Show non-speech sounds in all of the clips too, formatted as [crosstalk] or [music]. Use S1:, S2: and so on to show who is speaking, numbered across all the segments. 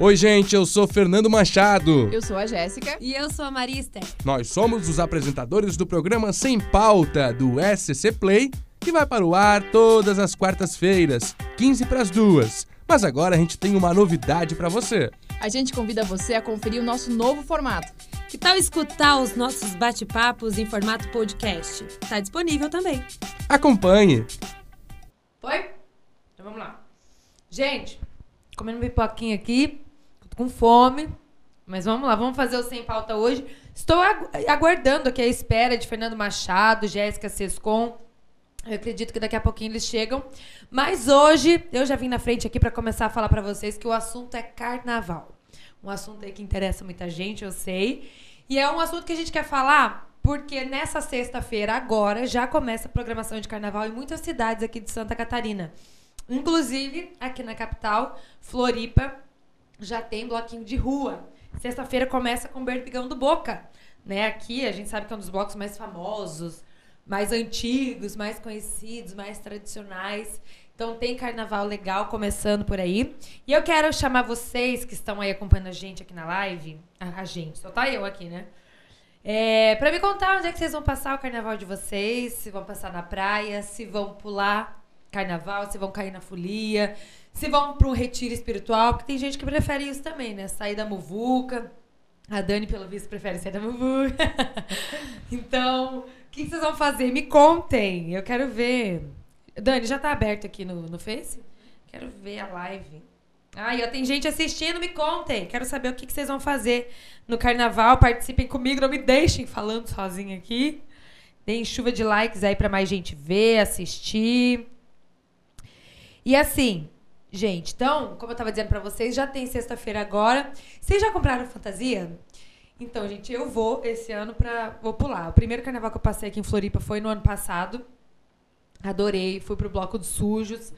S1: Oi, gente, eu sou Fernando Machado.
S2: Eu sou a Jéssica.
S3: E eu sou a Marista.
S1: Nós somos os apresentadores do programa Sem Pauta do SC Play, que vai para o ar todas as quartas-feiras, 15 para as duas. Mas agora a gente tem uma novidade para você.
S2: A gente convida você a conferir o nosso novo formato.
S3: Que tal escutar os nossos bate-papos em formato podcast? Tá disponível também.
S1: Acompanhe.
S4: Foi? Então vamos lá. Gente, comendo pipoquinha aqui, tô com fome. Mas vamos lá, vamos fazer o Sem Pauta hoje. Estou agu- aguardando aqui a espera de Fernando Machado, Jéssica Sescon. Eu acredito que daqui a pouquinho eles chegam. Mas hoje, eu já vim na frente aqui para começar a falar para vocês que o assunto é carnaval. Um assunto aí que interessa muita gente, eu sei. E é um assunto que a gente quer falar porque nessa sexta-feira, agora, já começa a programação de carnaval em muitas cidades aqui de Santa Catarina. Inclusive, aqui na capital, Floripa, já tem bloquinho de rua. Sexta-feira começa com o Berbigão do Boca. Né? Aqui a gente sabe que é um dos blocos mais famosos, mais antigos, mais conhecidos, mais tradicionais. Então tem carnaval legal começando por aí. E eu quero chamar vocês que estão aí acompanhando a gente aqui na live. A, a gente, só tá eu aqui, né? É, pra me contar onde é que vocês vão passar o carnaval de vocês, se vão passar na praia, se vão pular carnaval, se vão cair na folia, se vão pra um retiro espiritual, porque tem gente que prefere isso também, né? Sair da muvuca. A Dani, pelo visto, prefere sair da muvuca. [laughs] então, o que que vocês vão fazer? Me contem, eu quero ver. Dani, já tá aberto aqui no, no Face? Quero ver a live. Ai, ó, tem gente assistindo, me contem. Quero saber o que, que vocês vão fazer no carnaval. Participem comigo, não me deixem falando sozinha aqui. Deem chuva de likes aí pra mais gente ver, assistir. E assim, gente, então, como eu tava dizendo pra vocês, já tem sexta-feira agora. Vocês já compraram fantasia? Então, gente, eu vou esse ano pra. Vou pular. O primeiro carnaval que eu passei aqui em Floripa foi no ano passado. Adorei. Fui pro bloco dos sujos.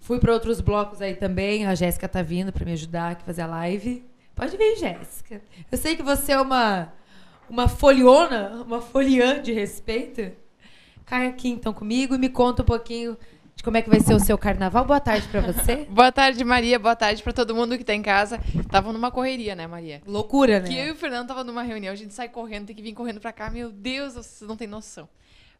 S4: Fui pra outros blocos aí também. A Jéssica tá vindo pra me ajudar aqui a fazer a live. Pode vir, Jéssica. Eu sei que você é uma uma foliona, uma foliã de respeito. Cai aqui então comigo e me conta um pouquinho de como é que vai ser o seu carnaval. Boa tarde pra
S2: [laughs]
S4: você.
S2: Boa tarde, Maria. Boa tarde pra todo mundo que tá em casa. Tava numa correria, né, Maria?
S4: Loucura, né?
S2: Que eu e o Fernando tava numa reunião, a gente sai correndo, tem que vir correndo pra cá. Meu Deus, vocês não têm noção.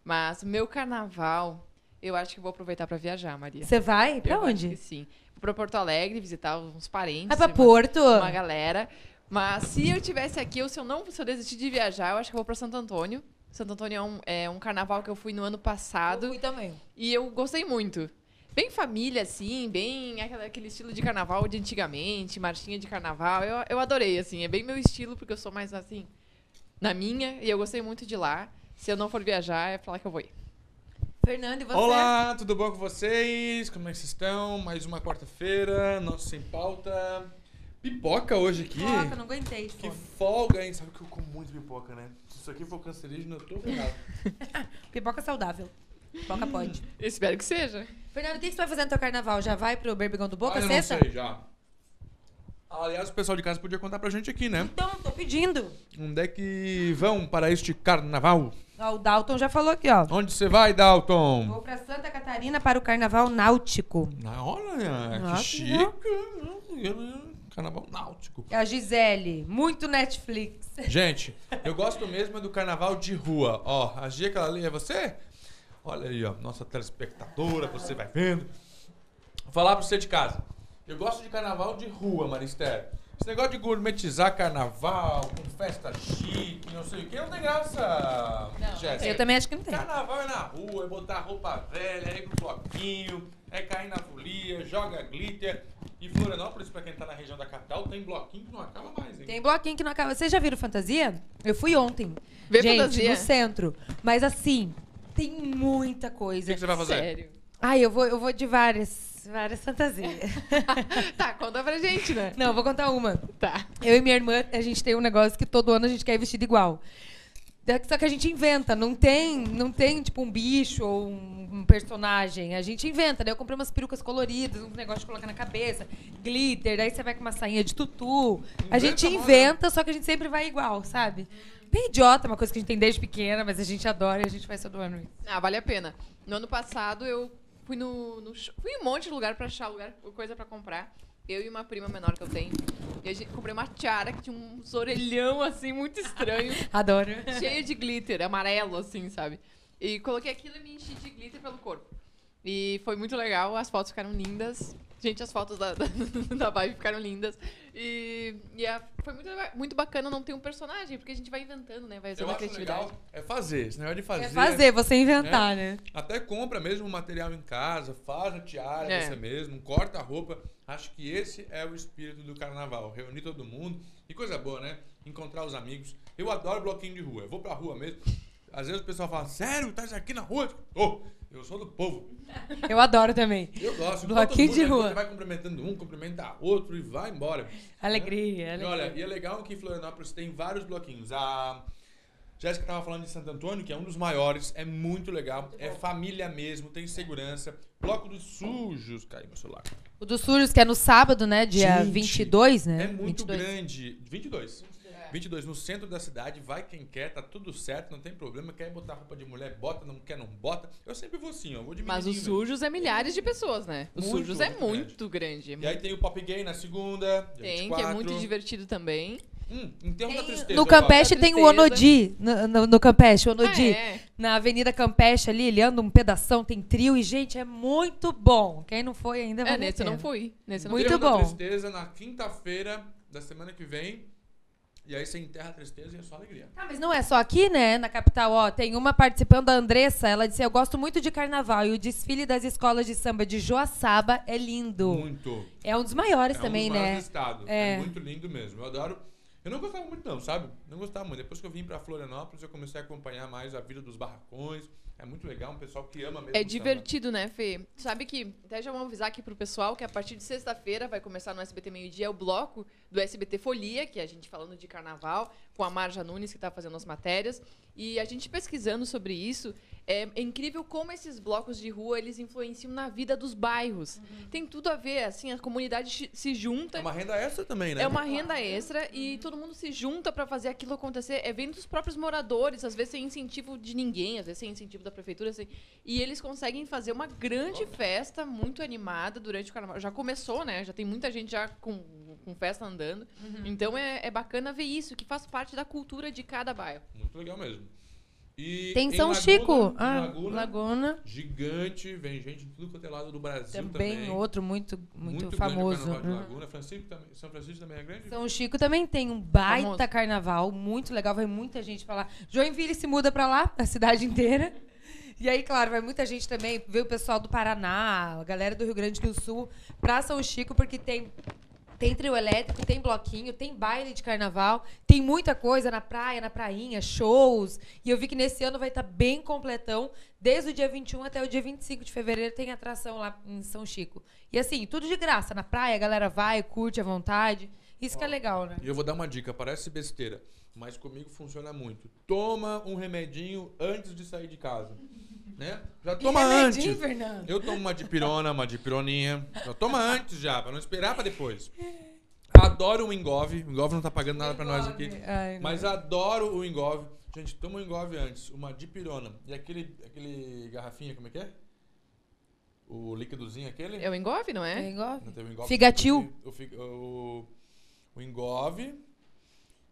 S2: Mas o meu carnaval, eu acho que vou aproveitar pra viajar, Maria.
S4: Você vai? Pra
S2: Eu acho que
S4: onde?
S2: sim. Vou pra Porto Alegre visitar uns parentes.
S4: Vai pra
S2: umas-
S4: Porto?
S2: uma galera. Mas se eu tivesse aqui, ou se eu não, se eu desistir de viajar, eu acho que eu vou pra Santo Antônio. Santo Antônio é um, é um carnaval que eu fui no ano passado
S4: também.
S2: e eu gostei muito. Bem família, assim, bem aquela- aquele estilo de carnaval de antigamente, marchinha de carnaval. Eu, eu adorei, assim, é bem meu estilo, porque eu sou mais assim, na minha, e eu gostei muito de lá. Se eu não for viajar, é pra lá que eu vou ir.
S4: Fernando, e você?
S5: Olá, tudo bom com vocês? Como é que vocês estão? Mais uma quarta-feira, nosso Sem Pauta. Pipoca hoje aqui.
S4: Coloca, não aguentei de
S5: Que
S4: fome.
S5: folga, hein? Sabe que eu como muito pipoca, né? Se isso aqui for cancerígeno, eu tô ferrado.
S4: Pipoca saudável. Pipoca pode.
S2: Eu espero que seja.
S4: Fernando, o que que você vai fazer no teu carnaval? Já vai pro Berbigão do Boca,
S5: Ah, eu não
S4: sexta?
S5: sei, já. Aliás, o pessoal de casa podia contar pra gente aqui, né?
S4: Então, tô pedindo.
S5: Onde é que vão para este carnaval?
S4: Ó, Ah, o Dalton já falou aqui, ó.
S5: Onde você vai, Dalton?
S4: Vou pra Santa Catarina para o carnaval náutico.
S5: Na hora, né?
S4: Ah,
S5: que chique. né? Carnaval náutico.
S4: A Gisele, muito Netflix.
S5: Gente, eu gosto mesmo é do carnaval de rua. Ó, a Gia que ela lê é você? Olha aí, ó, nossa telespectadora, você vai vendo. Vou falar pra você de casa. Eu gosto de carnaval de rua, Maristério. Esse negócio de gourmetizar carnaval, com festa chique, não sei o que, não tem graça, Jéssica.
S4: Eu também acho que não tem.
S5: Carnaval é na rua, é botar roupa velha, é ir pro bloquinho, é cair na folia, joga glitter. E Florianópolis, pra quem tá na região da capital, tem bloquinho que não acaba mais, hein?
S4: Tem bloquinho que não acaba. Vocês já viram fantasia? Eu fui ontem.
S2: Vê
S4: Gente,
S2: fantasia.
S4: no centro. Mas assim, tem muita
S5: O
S4: coisa.
S5: que, que você vai fazer?
S2: Sério.
S4: Ai, eu vou, eu vou de várias,
S5: [laughs]
S4: várias fantasias.
S2: Tá, conta pra gente, né?
S4: não, eu vou contar uma.
S2: Tá.
S4: Eu e minha irmã, a gente tem um negócio que todo ano a gente quer ir vestido igual. Da- Só que a gente inventa, não tem, não tem tipo um bicho ou um, um personagem. A gente inventa, né? Eu comprei umas perucas coloridas, um negócio de colocar na cabeça, glitter, daí você vai com uma sainha de tutu. a
S5: Inventa
S4: gente
S5: a moda.
S4: inventa, só que a gente sempre vai igual, sabe? Bem idiota, uma coisa que a gente tem desde pequena, mas a gente adora e a gente faz todo ano. isso.
S2: Ah, vale a pena. No ano passado eu fui no, no sh- fui em um monte de lugar pra achar lugar, coisa pra comprar. Eu e uma prima menor que eu tenho. E a gente comprei uma tiara que tinha uns orelhão assim muito estranho,
S4: Adoro.
S2: cheio de glitter, amarelo assim, sabe? E coloquei aquilo e me enchi de glitter pelo corpo. E foi muito legal, as fotos ficaram lindas. Gente, as fotos da, [laughs] da, da vibe ficaram lindas. E, e a- foi muito, muito bacana não ter um personagem, porque a gente vai inventando, né? Vai usando
S5: Eu
S2: a
S5: acho
S2: criatividade.
S5: legal é fazer. Esse negócio de fazer.
S4: É fazer, você inventar, né?
S5: Até compra mesmo o material em casa, faz a tiara
S2: É.
S5: você mesmo, corta a roupa. Acho que esse é o espírito do carnaval. Reunir todo mundo. E coisa boa, né? Encontrar os amigos. Eu adoro bloquinho de rua. Eu vou pra rua mesmo. Às vezes o pessoal fala, sério, tá aqui na rua? Ô, eu sou do povo.
S4: Eu adoro também.
S5: Eu gosto. todo
S4: Bloquinho
S5: mundo,
S4: de
S5: aí
S4: rua.
S5: Você vai cumprimentando um, cumprimenta outro e vai embora.
S4: Alegria,
S5: E
S4: alegria.
S5: olha, e é legal que em Florianópolis tem vários bloquinhos. A Jéssica estava falando de Santo Antônio, que é um dos maiores, é muito legal, é família mesmo, tem segurança. Bloco dos Sujos, caiu meu celular.
S4: O dos sujos, que é no sábado, né? Dia
S5: Gente,
S4: 22, né?
S5: É, muito
S4: 22.
S5: grande. 22. 22, no centro da cidade, vai quem quer, tá tudo certo, não tem problema. Quer botar roupa de mulher, bota, não quer, não bota. Eu sempre vou assim, ó, vou de
S2: Mas os
S5: menininho mesmo.
S2: sujos é milhares de pessoas, né? Os
S5: Muito,
S2: sujos é
S5: muito grande.
S2: muito grande.
S5: né? E aí tem o Pop Gay na segunda, dia
S2: Tem, que é
S5: 24.
S2: muito divertido também.
S5: Hum, em termos da
S4: Tem-
S5: tristeza.
S4: no
S5: eu gosto.
S4: Campeche tem o
S2: Tristeza.
S4: Onodi. No, no, no Campeche, Onodi.
S2: Ah, é.
S4: Na Avenida Campeche ali, ele anda um pedação, tem trio e, gente, é muito bom. Quem não foi ainda vai
S2: É,
S5: né,
S2: nesse eu não fui. Nesse eu não
S4: Muito
S5: Enterro
S4: bom.
S5: da Tristeza na quinta-feira da semana que vem. E aí você enterra a tristeza e é só alegria.
S4: Ah, mas não é só aqui, né? Na capital, ó, tem uma participando, a Andressa, ela disse, eu gosto muito de carnaval e o desfile das escolas de samba de Joaçaba é lindo.
S5: Muito.
S4: É um dos maiores também,
S5: um dos maiores
S4: né?
S5: do estado.
S4: É.
S5: É. muito lindo mesmo. Eu adoro. Eu não gostava muito não, sabe? Não gostava muito. Depois que eu vim pra Florianópolis, eu comecei a acompanhar mais a vida dos barracões. É muito legal, um pessoal que ama mesmo. o
S2: É
S5: samba.
S2: divertido, né, Fê? Sabe que, até já vamos avisar aqui pro pessoal que a partir de sexta-feira vai começar no SBT Meio Dia o bloco do SBT Folia, que é a gente falando de carnaval, com a Marja Nunes, que tá fazendo as matérias. E a gente pesquisando sobre isso, é incrível como esses blocos de rua, eles influenciam na vida dos bairros. Tem tudo a ver, assim, a comunidade chi- se junta
S5: É uma renda extra também, né?
S2: é uma renda extra e todo mundo se junta pra fazer aquilo acontecer. É vem dos próprios moradores, às vezes sem incentivo de ninguém, às vezes sem incentivo da prefeitura. sem- E eles conseguem fazer uma grande festa muito animada durante o carnaval. Já começou, né? Já tem muita gente já com, com festa andando.
S4: Uhum.
S2: Então é, é bacana ver isso, que faz parte da cultura de cada bairro.
S5: Muito legal mesmo. E
S4: Tem
S5: em
S4: São
S5: Laguna-
S4: Chico.
S5: em
S4: Ah,
S5: Laguna,
S4: Laguna.
S5: Gigante, vem gente de tudo quanto é lado do Brasil também.
S4: Também, outro muito, muito,
S5: grande o
S4: famoso.
S5: carnaval de
S4: Uhum.
S5: Laguna. Francisco também- São Francisco também é grande?
S4: São Chico também tem um baita
S2: Famoso.
S4: carnaval, muito legal, vai muita gente pra lá. Joinville se muda pra lá, a cidade inteira. E aí, claro, vai muita gente também, vê o pessoal do Paraná, a galera do Rio Grande do Sul, pra São Chico, porque tem, tem trio elétrico, tem bloquinho, tem baile de carnaval, tem muita coisa na praia, na prainha, shows. E eu vi que nesse ano vai estar bem completão, desde o dia 21 até o dia 25 de fevereiro tem atração lá em São Chico. E assim, tudo de graça, na praia, a galera vai, curte à vontade. Isso que é legal, né?
S5: E eu vou dar uma dica, parece besteira, mas comigo funciona muito. Toma um remedinho antes de sair de
S4: [laughs]
S5: casa. Né? Já
S4: Que
S5: toma
S4: remedinho,
S5: antes.
S4: Fernando.
S5: Eu tomo uma dipirona, uma dipironinha. Já toma antes já, pra não esperar pra depois.
S4: [laughs]
S5: Adoro o Engove. O Engove não tá pagando nada pra nós aqui.
S4: Ai, É, não.
S5: Mas adoro o Engove. Gente, toma o Engove antes, uma dipirona. E aquele, aquele garrafinha, como é que é? O líquidozinho aquele?
S2: É o engove, não
S4: É
S2: é?
S4: igual?
S5: Não um teve o engove.
S4: Figatil.
S5: O, fi- o, o engove.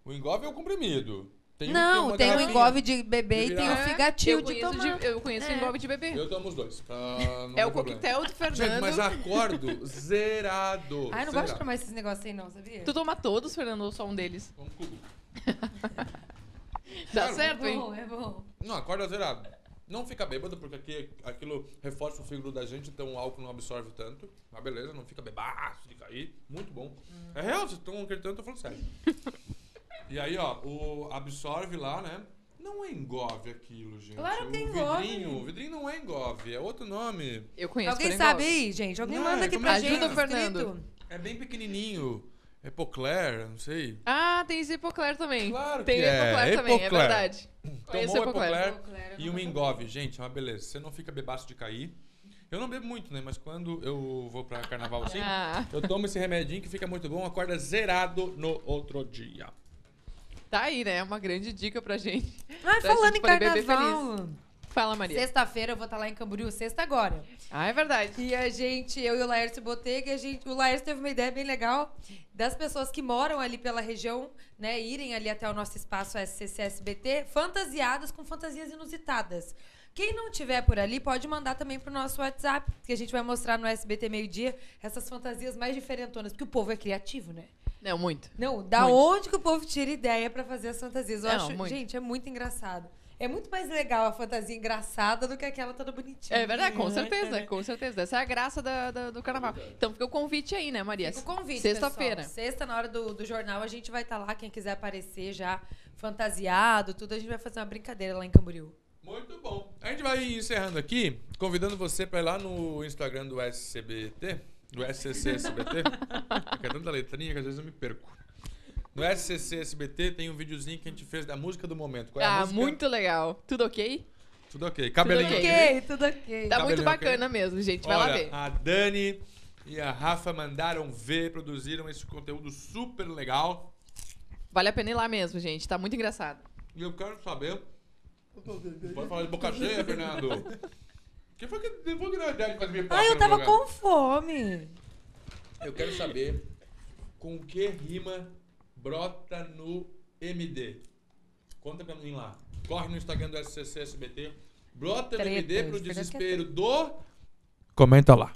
S5: O engove é o comprimido. um que é
S4: Não,
S5: uma
S4: tem o
S5: garrafinha.
S4: engove de bebê e
S5: De
S4: tem o
S5: virar.
S4: figatil
S2: É. eu
S4: de
S2: conheço,
S4: tomar. É.
S2: de, eu conheço o engove de bebê.
S5: Eu tomo os dois.
S2: [laughs]
S5: Ah, não
S2: é
S5: tem
S2: o
S5: problema.
S2: coquetel do Fernando.
S5: Gente, mas
S2: [laughs]
S5: acordo zerado.
S4: Ai, não
S5: zerado.
S4: gosto de tomar esses negócios aí não, sabia?
S2: Tu toma todos, Fernando, ou só um deles?
S5: Vamos comigo.
S2: Dá
S5: Claro.
S4: É
S2: certo, hein?
S4: bom, é bom.
S5: Não, acorda zerado. Não fica bêbado, porque aqui, aquilo reforça o fígado da gente, então o álcool não absorve tanto. Mas beleza, não fica bebaço de cair. Muito bom. É real, vocês estão acreditando, eu tô
S4: [laughs]
S5: falando sério. e aí, ó, o absorve lá, né? Não é engove aquilo, gente.
S4: Claro
S5: O
S4: que é engove.
S5: Vidrinho, o vidrinho não é engove, é outro nome.
S2: Eu conheço
S4: Alguém
S2: Fernando.
S4: sabe aí, gente? Alguém
S5: Não,
S4: manda aqui
S5: como
S4: pra
S5: é que
S4: gente.
S5: é? Ajuda o
S2: Fernando.
S4: escrito.
S5: É bem pequenininho. É Epocler, não sei.
S2: Ah, tem esse Epocler também.
S5: Claro
S2: tem
S5: que é,
S2: Epocler também, é
S5: Epocler.
S2: verdade. Conheço
S5: Tomou o Então,
S2: Epocler.
S5: Epocler
S4: Epocler, eu
S5: e
S4: não
S5: um
S4: tomo.
S5: engove. Gente, é uma beleza. Você não fica bebaço de cair. Eu não bebo muito, né? Mas quando eu vou pra carnaval assim,
S2: Ah,
S5: eu tomo esse remedinho que fica muito bom, acorda zerado no outro dia.
S2: tá aí, né? Uma grande dica pra gente.
S4: Ah,
S2: Pra
S4: falando
S2: Então, gente
S4: em
S2: poder beber
S4: carnaval.
S2: Fala, Maria.
S4: Sexta-feira eu vou estar lá em Camboriú, sexta agora.
S2: Ah, é verdade.
S4: E a gente, eu e o Laércio Botega, a gente, o Laércio teve uma ideia bem legal das pessoas que moram ali pela região, né, irem ali até o nosso espaço SCCSBT, fantasiadas com fantasias inusitadas. Quem não tiver por ali pode mandar também pro nosso WhatsApp, que a gente vai mostrar no SBT meio-dia essas fantasias mais diferentonas, porque o povo é criativo, né?
S2: Não, muito.
S4: Não, da
S2: Muito.
S4: onde que o povo tira ideia pra fazer as fantasias? Eu
S2: Não,
S4: acho,
S2: muito.
S4: gente, é muito engraçado. É muito mais legal a fantasia engraçada do que aquela toda bonitinha.
S2: É verdade, com
S4: né,
S2: certeza,
S4: [laughs] cara?
S2: com certeza. Essa é a graça da- da- do carnaval. Então fica o convite aí, né, Maria?
S4: Fica o convite,
S2: Sexta-feira.
S4: Tipo, pessoal. Sexta, na hora do, do jornal, a gente vai estar lá. Quem quiser aparecer já fantasiado, tudo, a gente vai fazer uma brincadeira lá em Camboriú.
S5: Muito bom. A gente vai encerrando aqui, convidando você para ir lá no Instagram do SCBT, do [laughs] SCCSBT. Porque é tanta letrinha que às vezes eu me perco. No SCCSBT tem um videozinho que a gente fez da música do momento. Qual é a
S2: Ah,
S5: música?
S2: muito legal. Tudo ok?
S5: Tudo ok. Cabelinho
S2: ok.
S5: ok.
S4: tudo ok.
S2: Tá
S5: Cabelinho
S2: muito
S5: ok.
S2: bacana mesmo, gente. Vai lá
S5: Olha,
S2: ver.
S5: a Dani e a Rafa mandaram ver, produziram esse conteúdo super legal.
S2: Vale a pena ir lá mesmo, gente. Tá muito engraçado.
S5: E eu quero saber... Pode falar de boca cheia, Fernando. Quem foi que levou que deu a ideia de fazer minha
S4: Ai, Ah, eu tava com fome.
S5: Eu quero saber com o que rima brota no MD. Conta pra mim lá. Corre no Instagram do SCC SBT. Brota no
S4: Treta,
S5: MD pro
S4: isso daqui é
S5: desespero do. Comenta lá.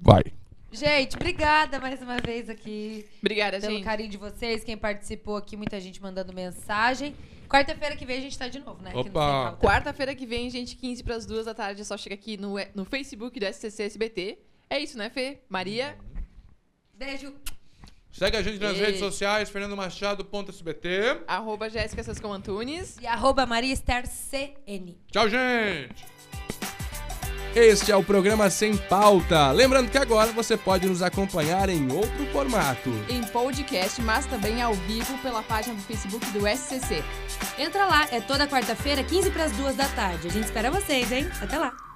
S5: Vai.
S4: Gente, obrigada mais uma vez aqui
S2: Obrigada,
S4: pelo
S2: É, gente.
S4: carinho de vocês, quem participou aqui, muita gente mandando mensagem. Quarta-feira que vem a gente tá de novo, né? Aqui no
S5: Opa.
S4: Sem Pauta.
S2: Quarta-feira que vem, gente, 15 pras 2 da tarde. É só chegar aqui no, no Facebook do SCC SBT. É isso, né, Fê? Maria?
S4: Beijo.
S5: Segue a gente nas
S2: Ei.
S5: redes sociais, Fernando Machado.sbt.
S2: Arroba Jéssica Sescão Antunes.
S4: E arroba Maria Esther CN.
S5: Tchau, gente!
S1: Este é o programa Sem Pauta. Lembrando que agora você pode nos acompanhar em outro formato.
S2: Em podcast, mas também ao vivo pela página do Facebook do SCC.
S3: Entra lá, é toda quarta-feira, 15 para as 2 da tarde. A gente espera vocês, hein? Até lá!